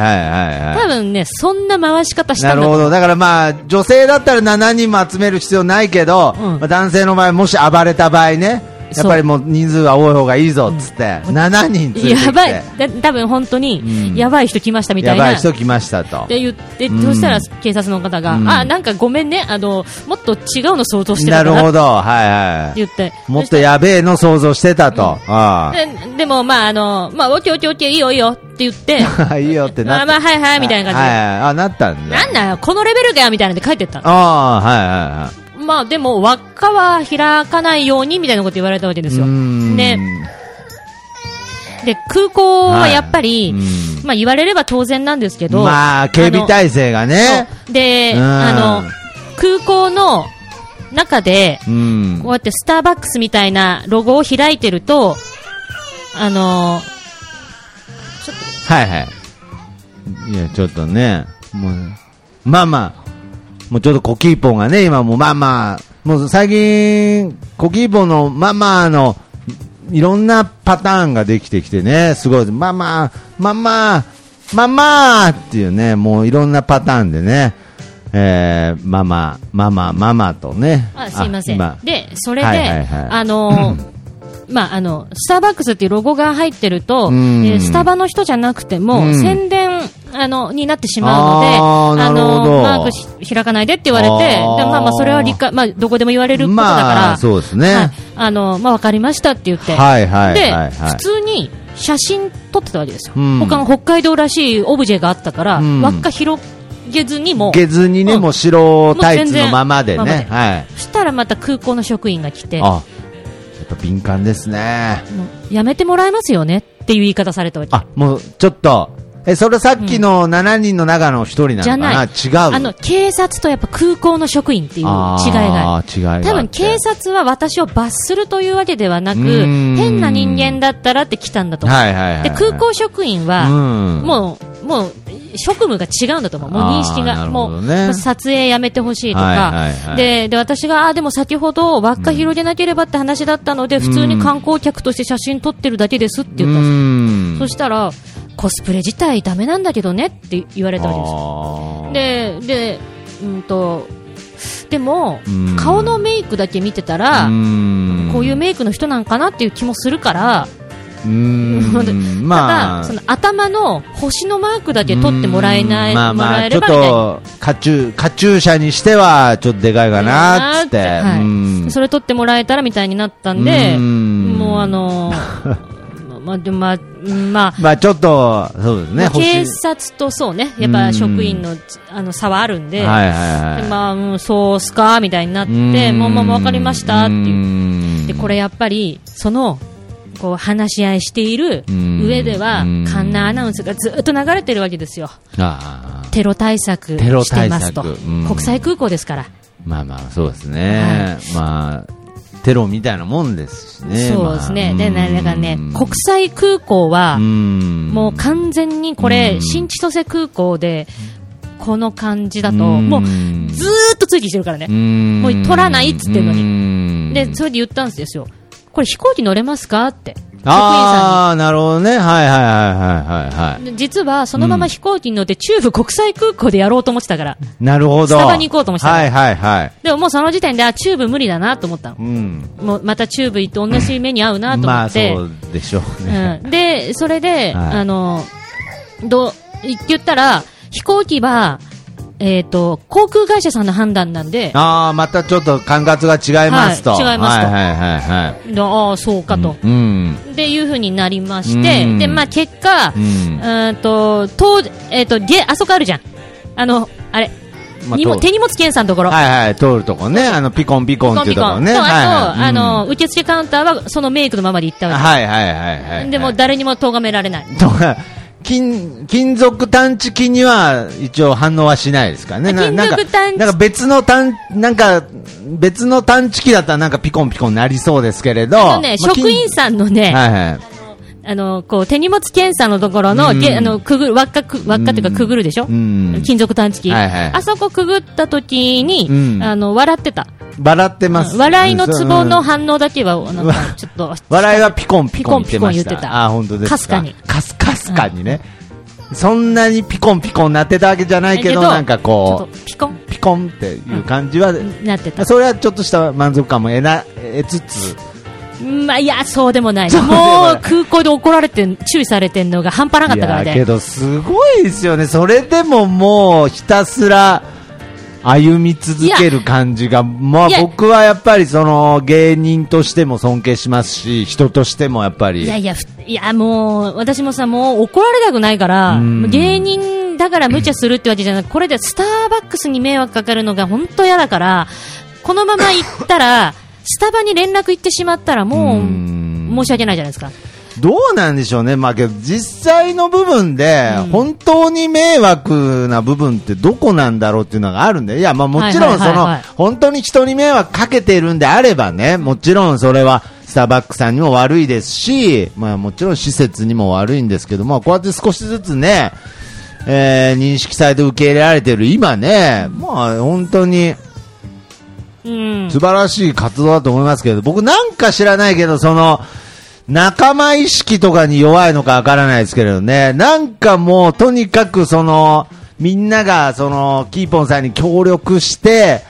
多
はい。
分ね、そんな回し方した
なんる
だと
ほ
思
ど。
う
だからまあ、女性だったら7人も集める必要ないけど、
うん
まあ男性の場合、もし暴れた場合ね、やっぱりもう人数は多い方がいいぞっつって、7人連れてきて。
やばい。だ多分本当
うん
に、やばい人来ましたみた
や
いな。
ばい人来ましたと
っ。て言って、
うん
そしたら警察の方が、
うん
あ、なんかごめんね、あの、もっと違うの想像して
な
たか
る
な
ほ
って
ど。はいはい。
言って。
もっとやべえの想像してたと。ああ。
ででも、まあ、あの、まあ、オッケーオッケーオッケー、いいよいいよって言 って、
あ いいよってな
ま
っ
あ
た。
まあ、はいはい、みたいな感
は
じで。
いはい、あ、なったんだ。
なんだよ、このレベルだよ、みたいなんで帰ってったの。
ああ、はいはいはい。
まあ、でも、輪っかは開かないように、みたいなこと言われたわけですよ。
うーん
で、で、空港はやっぱり、
はいうん
まあ、言われれば当然なんですけど、
まあ、警備体制がね。
そうで、
うん
あの、空港の中で、
うん
こう。やってスターバックスみたいなロゴを開いてると、あのー
はいはい。いや、ちょっとね、もう、まあまあ、もうちょっとコキーポンがね、今もうまあまあ、もう最近、コキーポンのまあまあの、いろんなパターンができてきてね、すごい、まあまあ、まあまあ、まあまあっていうね、もういろんなパターンでね、えー、まあまあ、まあまあ、まあまあとね。
あ、すいません
今。
で、それで、
はいはいはい
あの ーまあ、あの、スターバックスっていうロゴが入ってると、え
うん
ースタバの人じゃなくて
う
も、
ん
宣伝、あの、になってしまうので、
あーなるほど
の、マークひ開かないでって言われて、で
あー
まあまあ、それは理解、まあ、どこでも言われることだから、
まあそうですね
はいあの、まあ、わかりましたって言って、
はいはい
で、
はいはい
普通に写真撮ってたわけですよ。
うん
他の北海道らしいオブジェがあったから、
うん
輪っか広げずにもう、
下ずにね、
うん
もう白タイ
もう全
ツ
然
のままで
ままで
ね、はい。
そしたらまた空港の職員が来て、
あ、やっぱ敏感ですね。
もうやめてもらえますよねっていう言い方されたわけ。
あ、もうちょっと、え、それさっきの7人の中の1人なの
じゃ
かな、
ない。
違う。
あの、警察とやっぱ空港の職員っていう違い
あー、
がある。
違いがある。
多分警察は私を罰するというわけではなく、
うーん
変な人間だったらって来たんだと思う。
はいはいはい、はい。
で、空港職員
う
は、
ん、う、
もう、もう、職務が違うんだと思う。もう認識
あーな
が、
る
も
ほど
う、
ね
もう撮影やめてほしいと
はいはい
か
は。い
で、で、私が、あーでも先ほど輪っか広げなければって話だったので、普通に観光客として写真撮ってるだけですって言ったんですよ
ん。
そしたら、コスプレ自体ダメなんだけどねって言われたわけですよ
あー、
で、で、うんと、でも
うん、
顔のメイクだけ見てたら、
ん
こういうメイクの人なんかなっていう気もするから、
うん、まあ、
ただ、その頭の星のマークだけ取ってもらえない、
うんまあ
も
ま
ら
あ、
え
ちょ
れ
っ
ばみたいな。
と、カチュ、カチューシャにしては、ちょっとでかいかな、つって。
はい
うん
それ取ってもらえたらみたいになったんで、
うん
もう あのーまあ、でもまあ、まあ、
まあちょっと、そうですね、
警
星
察とそうね、やっぱ職員のあの差はあるんで、
はいはいはい。
まあ、うん、そうっすかみたいになって、もうまあまあ分かりましたって言って、でこれやっぱり、そのこう話し合いしている上では、
うん
カンナアナウンスがずっと流れてるわけですよ。
ああ、
テロ対策
テロ
し
対
て
策
ますと。
うん
国際空港ですから。
まあまあ、そうですね。まあ、テロみたいなもんですしね。
そうですね。
まあ
で、ななんかね
うん、
国際空港は、
うん
もう完全にこ
う
れ
ん、
新千歳空港で、この感じだと、
うん
もう、ずーっと追記してるからね。
も
もう取らないっつってんのに
に
で、それで言ったんですよ。これ飛行機乗れますかって。職員さ
ああ、なるほどね。はいはいはいはいはいは
んに。で実は、そのまま飛行機に乗って中部国際空港でやろうと思ってたから。
い。なるほど。
スタバに行こうと思ってた
はいはいはい。
でももうその時点で、あ、中部無理だなと思った
う
の。
ん。
もうまた中部行って同じ目に遭うなと
ま
思
あ、
って。
そうでしょうね。
うん、で、それで、
はい
あの、どう、言ったら、飛行機は、えっ、と、航空会社さんの判断なんで、
ああ、またちょっと管轄が違いますと。
はい違いますと
はいはいはいはい。
でああ、そうかと。
うん。
っていうふうになりまして、
うん
で、まあ、結果、
う
うんーんと、当時、えっ、と、げ、あそこあるじゃん。あの、あれ、
まあ
荷物
と
手荷物検査のところ。
はいはい、通るとこね。あの、ピコンピコンっていうとこね。
と、
はい
あと、
はい
あの、
うん
受付カウンターはそのメイクのままで行ったわけ。
はいはいはいはいはい。
でも、誰にも咎められない。
とか、金、金属探知機には一応反応はしないですからね。な
金属
なんか
探知
なんか別の探、なんか、別の探知機だったらなんかピコンピコンなりそうですけれど。
あのね、
まあ
職員さんのね、
金はいはい。
あの、こう、手荷物検査のところの、
うん
げあの、くぐる、輪っかく、輪っかというかくぐるでしょ、
うん
金属探知機、
はいはい
あそこくぐった時に、
うん
あの、笑ってた。
笑ってます。
笑いのツボの
うん
反応だけは、なん
わ
か、ちょっと、
笑いはピコンピコン言ってました。
ピコンピコン言ってた
あ、本当ですか。
かすかに
かすかすかにね。そんなにピコンピコンなってたわけじゃないけど、なんか
ちょ
こ
っとピコン
う、ピコンっていう感じは、
なってた。
それはちょっとした満足感も得な、得つつ、
まあ、いや、そうでもない。
そうでもない
もう、空港で怒られてん、注意されてんのが半端なかったから
いやけ
ね。
どすごいですよねそれでももうひたすら歩み続ける感じが、まあ
いや
僕はやっぱりその芸人としても尊敬しますし、人としてもやっぱり。
いやいや、ふいや、もう、私もさ、もう怒られたくないから、
ん
芸人だから無茶するってわけじゃなく、これでスターバックスに迷惑かかるのが本当嫌だから、このまま行った ら、スタバに連絡行ってしまったら、もう、
ん
申し訳ないじゃないですか。
どうなんでしょうね。まあけど実際の部分で、本当に迷惑な部分ってどこなんだろうっていうのがあるんで。いや、まあもちろんそ
はいはいはい
の
はい、
本当に人に迷惑かけてるんであればね、もちろんそれは、スターバックさんにも悪いですし、まあもちろん施設にも悪いんですけど、まあこうやって少しずつね、えー認識されて受け入れられてる今ね、まあ本当に、
うん。
素晴らしい活動だと思いますけど、僕なんか知らないけど、その、仲間意識とかに弱いのかわからないですけれどね、なんかもうとにかくその、みんながその、キーポンさんに協力して、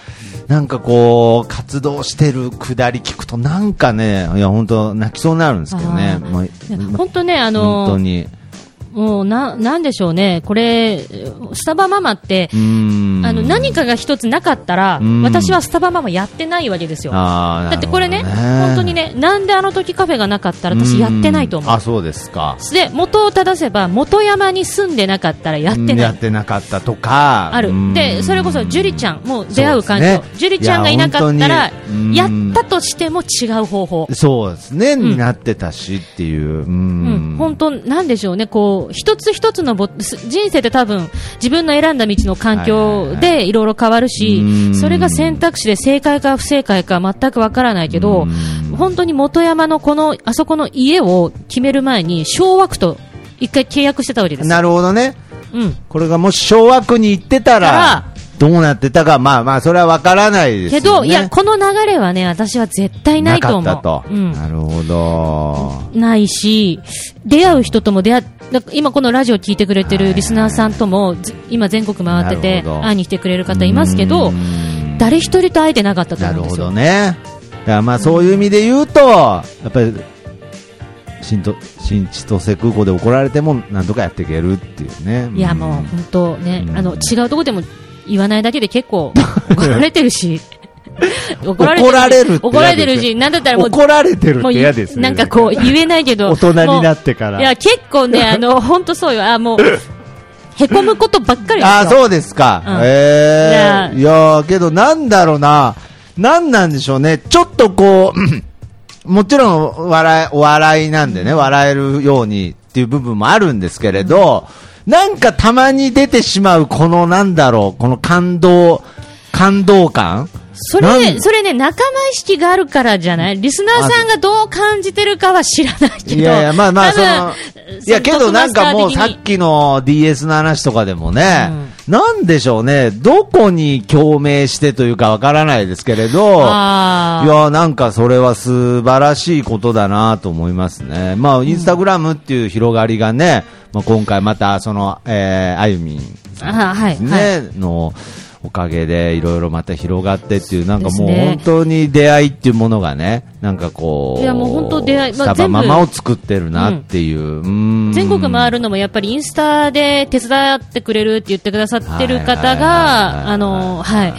なんかこう、活動してるくだり聞くと、なんかね、いや本当泣きそうになるんですけどね、
あー
もう
本当ね、あの
本当に。
もうな、なんでしょうね、これ、スタバママって
う、ーん。
あの何かが一つなかったら
ん、
私はスタバママやってないわけですよ。だ
あーなるほど、
ってこれね、本当にね、なんであの時カフェがなかったら、私やってないと
うん
思
あ、そうですか。
う。で、元を正せば、元山に住んでなかったらやって
うんや
な
っ
い。
てなかったとか。
ある
うん
でそれこそジュリちゃん、もう出会う感
そう
情、
ですね
ジュリちゃんがいなかった
いや
ら
本当に、
やったとしても違う方法、
そうですね、になってたしっていう。う
うん
ん。
本当、なんでしょうね、こう、一つ一つのぼす人生って多分、自分の選んだ道の環境
はい
でいろいろ変わるし、
うん
それが選択肢で正解か不正解か全くわからないけど、本当に元山のこの、あそこの家を決める前に、小枠と一回契約してたわけです。
なるほどね。
うん。
これがもし昭和区に行ってた
た
ら
ら、
どうなってたか、まあまあ、それはわからないですよ
け
ね。
ど、いや、この流れはね、私は絶対ないと思う。
なかったと。
うん。
なるほど。
ないし、出会う人とも出会っだ今このラジオ聞いてくれてるリスナーさんとも、ず今全国回って
な
て
るほど
会いに来てくれる方いますけど、誰一人と会えてなかったと
な
思
る
うんで
ほ
す
ど
よ。
ね。だからまあ、そういう意味で言うと、やっぱり、新と新千歳空港で怒られても、なんとかやっていけるっていうね。
いやもう本当ね、
うん
あの違うとこでも言わないだけで結構怒られてるし、怒
怒られるって
怒られてるし、なんだったらもう、
怒られてるっ
もう
て嫌ですね。
なんかこう言えないけど、
大人になってから
もういや結構ね、あの本当そうよ、あもう、へこむことばっかりな
あ
んで
ー
すよ。
そうですか。
うん
ええ
ね
いやーけどなんだろうな。なんなんでしょうね。ちょっとこう、うん もちろん笑い、お笑いなんでね、笑えるようにっていう部分もあるんですけれど、なんかたまに出てしまう、このなんだろう、この感動、感動感
そ
な
れ
ん
ね、それね、仲間意識があるからじゃないリスナーさんがどう感じてるかは知らないけど。
いやいや、まあまあ、
多
そ
分
の、いや、けどなんかもうさっ。きの DS の話とかでもね、なんでしょうね、どこに共鳴してというかわからないですけれど、い
あー
や、なんかそれは素晴らしいことだなと思いますね。まあ、インスタグラムっていう広がりがね、まあ、今回また、その、えー、あゆみんさん
あはい、はい。
ね、のおかげでいろいろまた広がってっていう、なんかもう
ですね
本当に出会いっていうものがね、なんかこう、
いやもう本当出会い
ス
まあ
タバ
全部
ママを作ってるなっていう、うん
全国回るのもやっぱりインスタで手伝ってくれるって言ってくださってる方
はいはいはいはい
が、あの、はい。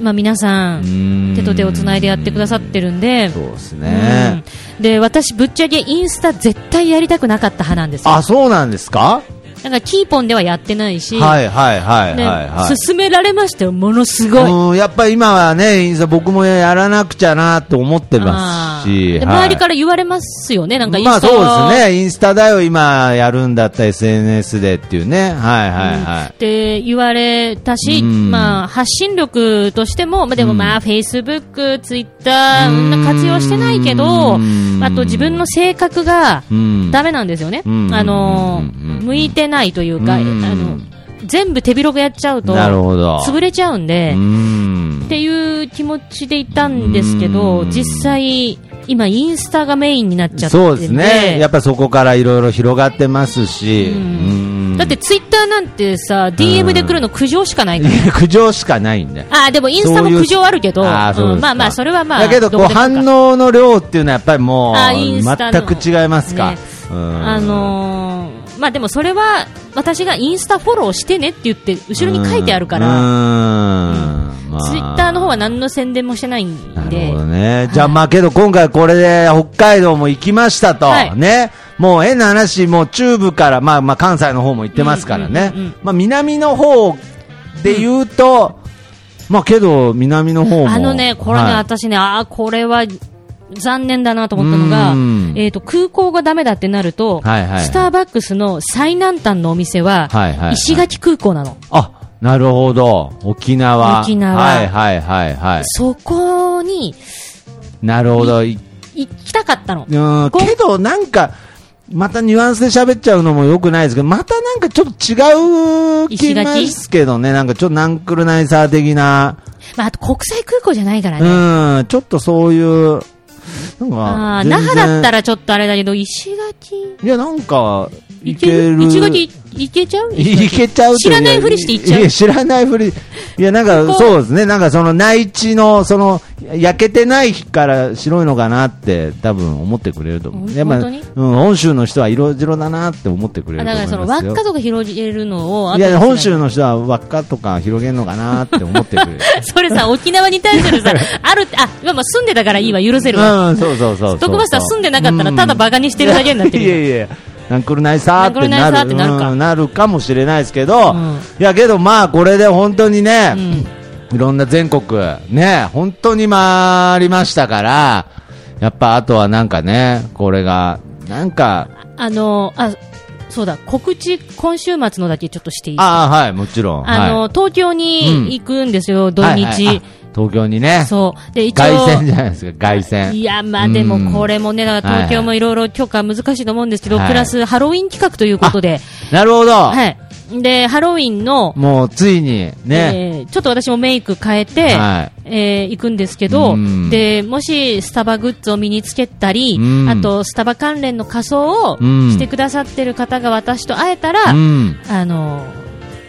まあ皆さ
うん
ん、手と手をつないでやってくださってるんで、
そうですね。
うんで、私ぶっちゃけインスタ絶対やりたくなかった派なんですよ。
あ、そうなんですか
なんかキーポンではやってないし、
はいはいはいはい
ね
はい。
勧められましたよ、ものすごい。
うんやっぱり今はね、インスタ僕もやらなくちゃなと思ってますし
あー、で
はい
周りから言われますよね、なんかイン
まあ
スタは
そうですね、インスタだよ、今やるんだったら SNS でっていうね、はいはいはい
っ。て言われたし、
うん
まあ、発信力としても、まあ、でもまあ、フェイスブック、ツイッター、そんな活用してないけど
うん、
あと自分の性格が
うん
ダメなんですよね。
うん
あのー
うん、
向いてないというか、あ
うん
の、全部手広くやっちゃうと、
なるほど
潰れちゃうんで、
うん
っていう気持ちでいたんですけど、実際、今インスタがメインになっちゃって
そう
るん
ですね。やっぱそこからいろいろ広がってますし、うん
だってツイッターなんてさ、DM で来るの苦情し かないから。
苦情しかないんで。
あーでもインスタも苦情あるけど、
あーそうですか
うんまあまあ、それはまあ、
だけど、こう
こでもいいか
反応の量っていうのはやっぱりもう、
あインスタの
全く違いますか
ね。
うん
あのーまあでもそれは、私がインスタフォローしてねって言って、後ろに書いてあるから、
ら
ツイッターの方は何の宣伝もしてないん
なる
で
ほ、どね。じゃあ、まあけど今回これで北海道も行きましたと。
はい
ね。もう変な話、もう中部から、まあまあ関西の方も行ってますからね。
うんうんうんうん
まあ南の方で言うと、まあけど南の方も。
あのね、これね、
はい
私ね、ああ、これは残念だなと思ったのが
うん、
えっと、空港がダメだってなると、
はいはいはい
スターバックスの最南端のお店は
はいはいはい、
石垣空港なの。
あ、なるほど。沖縄。
沖縄
はいはいはいはい。
そこに
なるほど。い
行きたかったの。
うん、
こ
けどなんか、またニュアンスで喋っちゃうのも良くないですけど、またなんかちょっと違う気
石
が
垣
すけどね、なんかちょっとナンクルナイサー的な、
まあ、あと国際空港じゃないからね。
うん、ちょっとそういう、なん
あ
か
あ、
全然、
那覇だったらちょっとあれだけど、石垣、
いや、なんか、い
い
ける。
石垣、いけちゃう
いけちゃうと
知
う
らないふりして行っちゃう
や、知らないふり。いや、なんか、
ここ
そうですね。なんか、その内地の、その、焼けてないから白いのかなって、多分思ってくれると思う。
ほん
やっぱ
本当に
うん、本州の人は色白だなって思ってくれ
あ
ると
だ
思
か
いま
ら
す
そ
よ。
の輪っかとか広げるのを、
いや、
後
本
にしな
州の人は輪っかとか広げるのかなって思ってくれる。
それさ、沖縄に対す るさ、ある、あ、まあまあ住んでたからいいわ、許せるわ。
うん、そうそうそうそう。
徳橋さん住んでなかったら、ただ
バ
バカにしてるだけになってる
い
よ。
やいやなんくるないさーって
なんくるな
ないる
さーってなるか
うんなるかもしれないですけど、
うん
いやけどまあこれで本当にね、
う
いろんな全国ね本当に回りましたからやっぱあとはなんかねこれがなんか
あの、あ、そうだ、告知、今週末のだけちょっとしていいあ
ああはいもちろん
の、
はい
東京に行くんですよ、土日。
はいはいあ東京にね
そう。で、一応。
凱旋じゃないですか凱旋
いや、まあでもこれもね、だから東京もいろいろ許可難しいと思うんですけど、
はい
プラスハロウィン企画ということで、
なるほど、
はい。で、ハロウィンの、
もうついにね、
えーちょっと私もメイク変えて、
は
えー行くんですけど
うん、
で、もしスタバグッズを身につけたり
う、ん
あとスタバ関連の仮装を
うん
してくださってる方が私と会えたら、
うん
あの、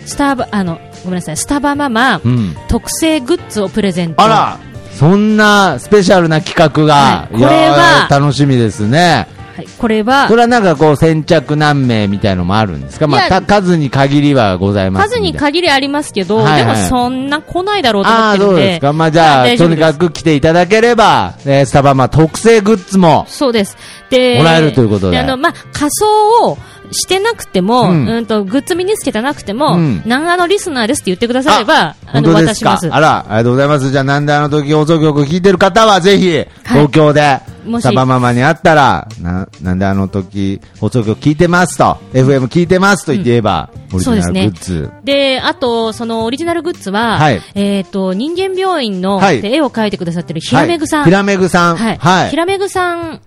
スタバ、あの、ごめんなさい、スタバママ、
うん
特製グッズをプレゼント。
あら、そんなスペシャルな企画が、
はいこれはい
やー楽しみですね。
はい、これは
こ、れはなんかこう先着何名みたいのもあるんですかまあ、
いや
た数に限りはございますんで。
数に限りありますけど、
はいはい
でもそんな来ないだろうと思
あ
っ
あ、
てる
そ
ん
う
で。
ですか。まあじゃあ、
はい大
と
丈夫で
に
す
かく来ていただければ、えースタバマ特製グッズも、
そうです。で、
もらえるということで
あの、まあ、仮装をしてなくても、
う
うんん、と、グッズ身につけてなくても、
うん
長野リスナーですって言ってくだされば、あ
本
の、
当
渡
です
しま
か
す。
あら、ありがとうございます。じゃあ、なんであの時放送局聞いてる方は、ぜひ、東京で、
もし
サバママに会ったら、な、なんであの時、放送局聞いてますと、FM 聞いてますと言って言えば、オリジ
そうです
ナ
ね
ルグッズ。。
で、あと、そのオリジナルグッズは、
はい
えっ、と、人間病院の、
はい
で絵を描いてくださってるひらめぐさ
は
ん。
いひらめぐさん。
はい。
はい
ひ。らめぐさん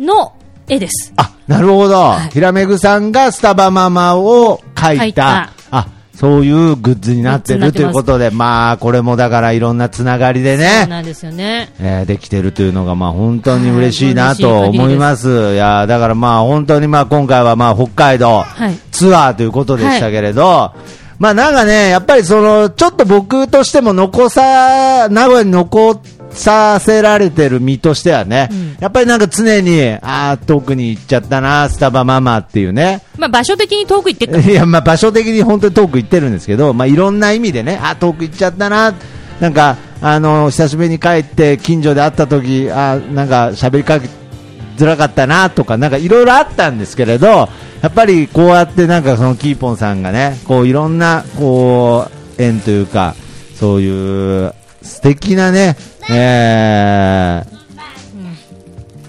の絵です。
あ、なるほど。
い
ひらめぐさんがスタバママを書いた。
書いた
あ、そういうグッズになって
グッ
る
ズ
と
に
いう
なってま
こ
す
とで、まあ、これもだからいろんなつながりで
そう
ね、
なんですよね。
えーできてるというのが、まあ、本当に嬉しいなと
はい
思います。いやー、だからまあ、本当にまあ、今回はまあ、北海道
はい
ツアーということでしたけれど、まあ、なんかね、やっぱりその、ちょっと僕としても残さ、名古屋に残させられてる身としてはね、
うん
やっぱりなんか常に、ああ、遠くに行っちゃったな、スタバママっていうね。
まあ、場所的に遠く行ってっか ら
いや、まあ、場所的に本当に遠く行ってるんですけど、まあ、いろんな意味でね、あ、遠く行っちゃったな、なんか、あの、久しぶりに帰って、近所で会った時、あ、なんか、喋りかけづらかったな、とか、なんか、いろいろあったんですけれど、やっぱり、こうやって、なんか、その、キーポンさんがね、こう、いろんな、こう、縁というか、そういう、素敵なね、えー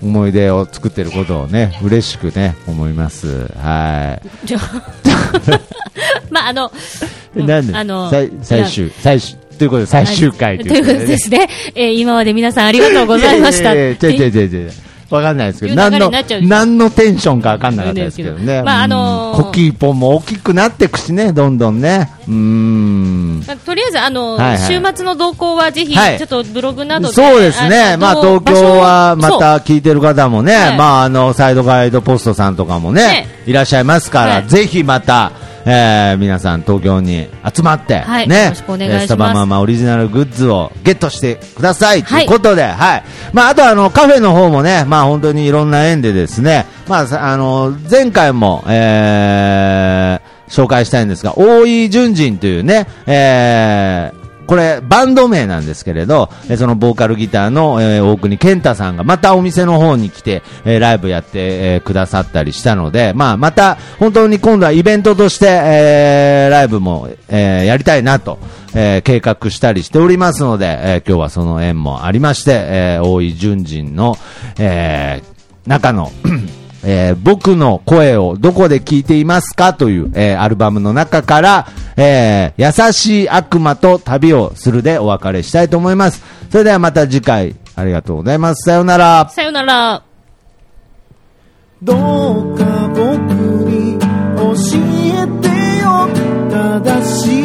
思い出を作ってることをね、嬉しくね、思います。はい。
じゃあ まあ、あの、うん
なんで、
あの
最最終、最終、ということで、最終回
と
と
い
いうう
こ
こととで
で
ね。
すね。えー今まで皆さんありがとうございました。
いやいやいやいや違う違う違う違うわかんないですけど、何
急な流れ
の
になっちゃう、でしょ
何のテンションかわかんなかったですけどね。
まああのー
うんコキーポンも大きくなっていくしね、どんどんね。うーん。
まあとりあえず、あの、
はいはい
週末の動向はぜひ、
はい
ちょっとブログなどで。
そうですね。まあ、
どう
東京はま
場所
た聞いてる方もね、
はい
まあ、あの、サイドガイドポストさんとかもね、
ね
いらっしゃいますから、
はい
ぜひまた、えー皆さん東京に集まって、
はい
ね、
よろしくお願いします
えースタバママオリジナルグッズをゲットしてくださいということで、はい。まあ、あとあの、カフェの方もね、まあ、本当にいろんな縁でですね、まあ、さあの、前回も、えー紹介したいんですが、大井純人というね、えーこれ、バンド名なんですけれど、えーそのボーカルギターの、えー大国健太さんがまたお店の方に来て、えーライブやって、えーくださったりしたので、まあ、また本当に今度はイベントとして、えーライブも、えーやりたいなと、えー計画したりしておりますので、えー今日はその縁もありまして、えー大井純人の、えー中の、えー僕の声をどこで聞いていますかという、えーアルバムの中から、えー優しい悪魔と旅をするでお別れしたいと思います。それではまた次回、ありがとうございます。さようなら。
さよなら。
どうか僕に教えてよ正しい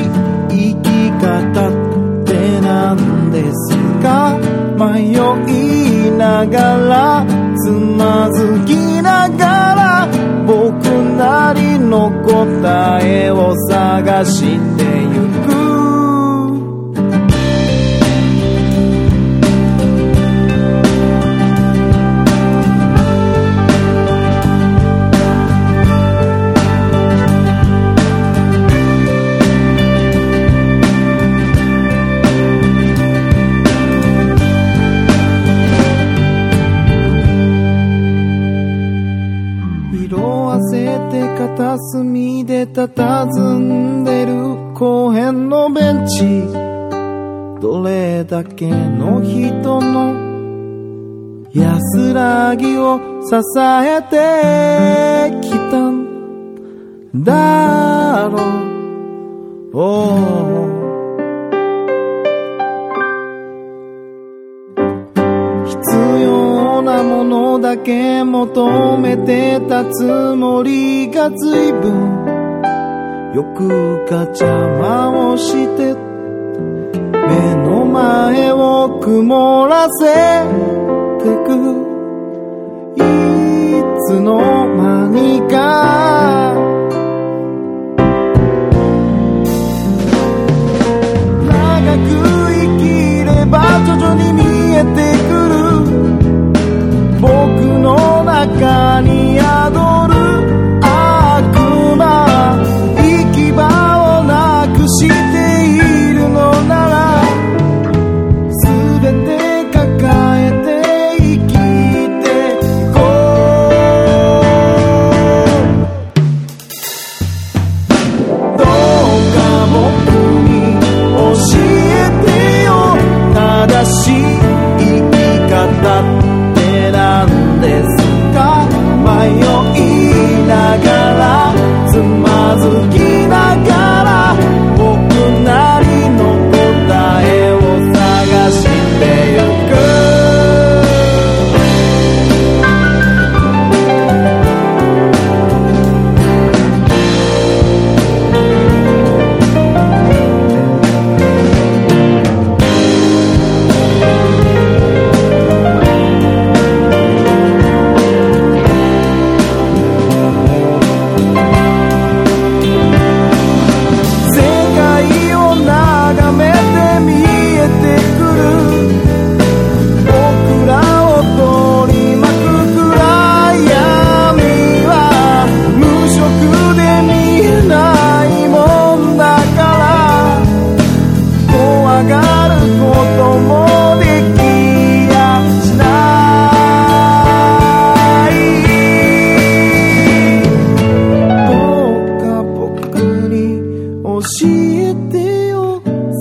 生き方って何ですか迷いながらつまずきながら僕なりの答えを探してゆく色あせて片隅で佇んでる公園のベンチどれだけの人の安らぎを支えてきたんだろう、Oh 必要なものだけ求めてたつもりが随分欲が邪魔をして目の前を曇らせてくいつの間にか長く生きれば徐々に見えてくる僕の中に宿る悪魔行き場をなくしているのなら全て抱えて生きていこうどうか僕に教えて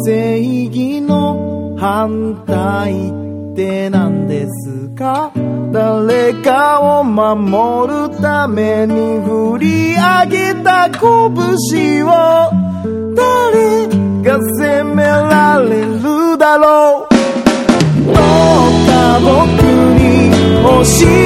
正義の反対って何ですか誰かを守るために振り上げた拳を誰が責められるだろうどうか僕に教え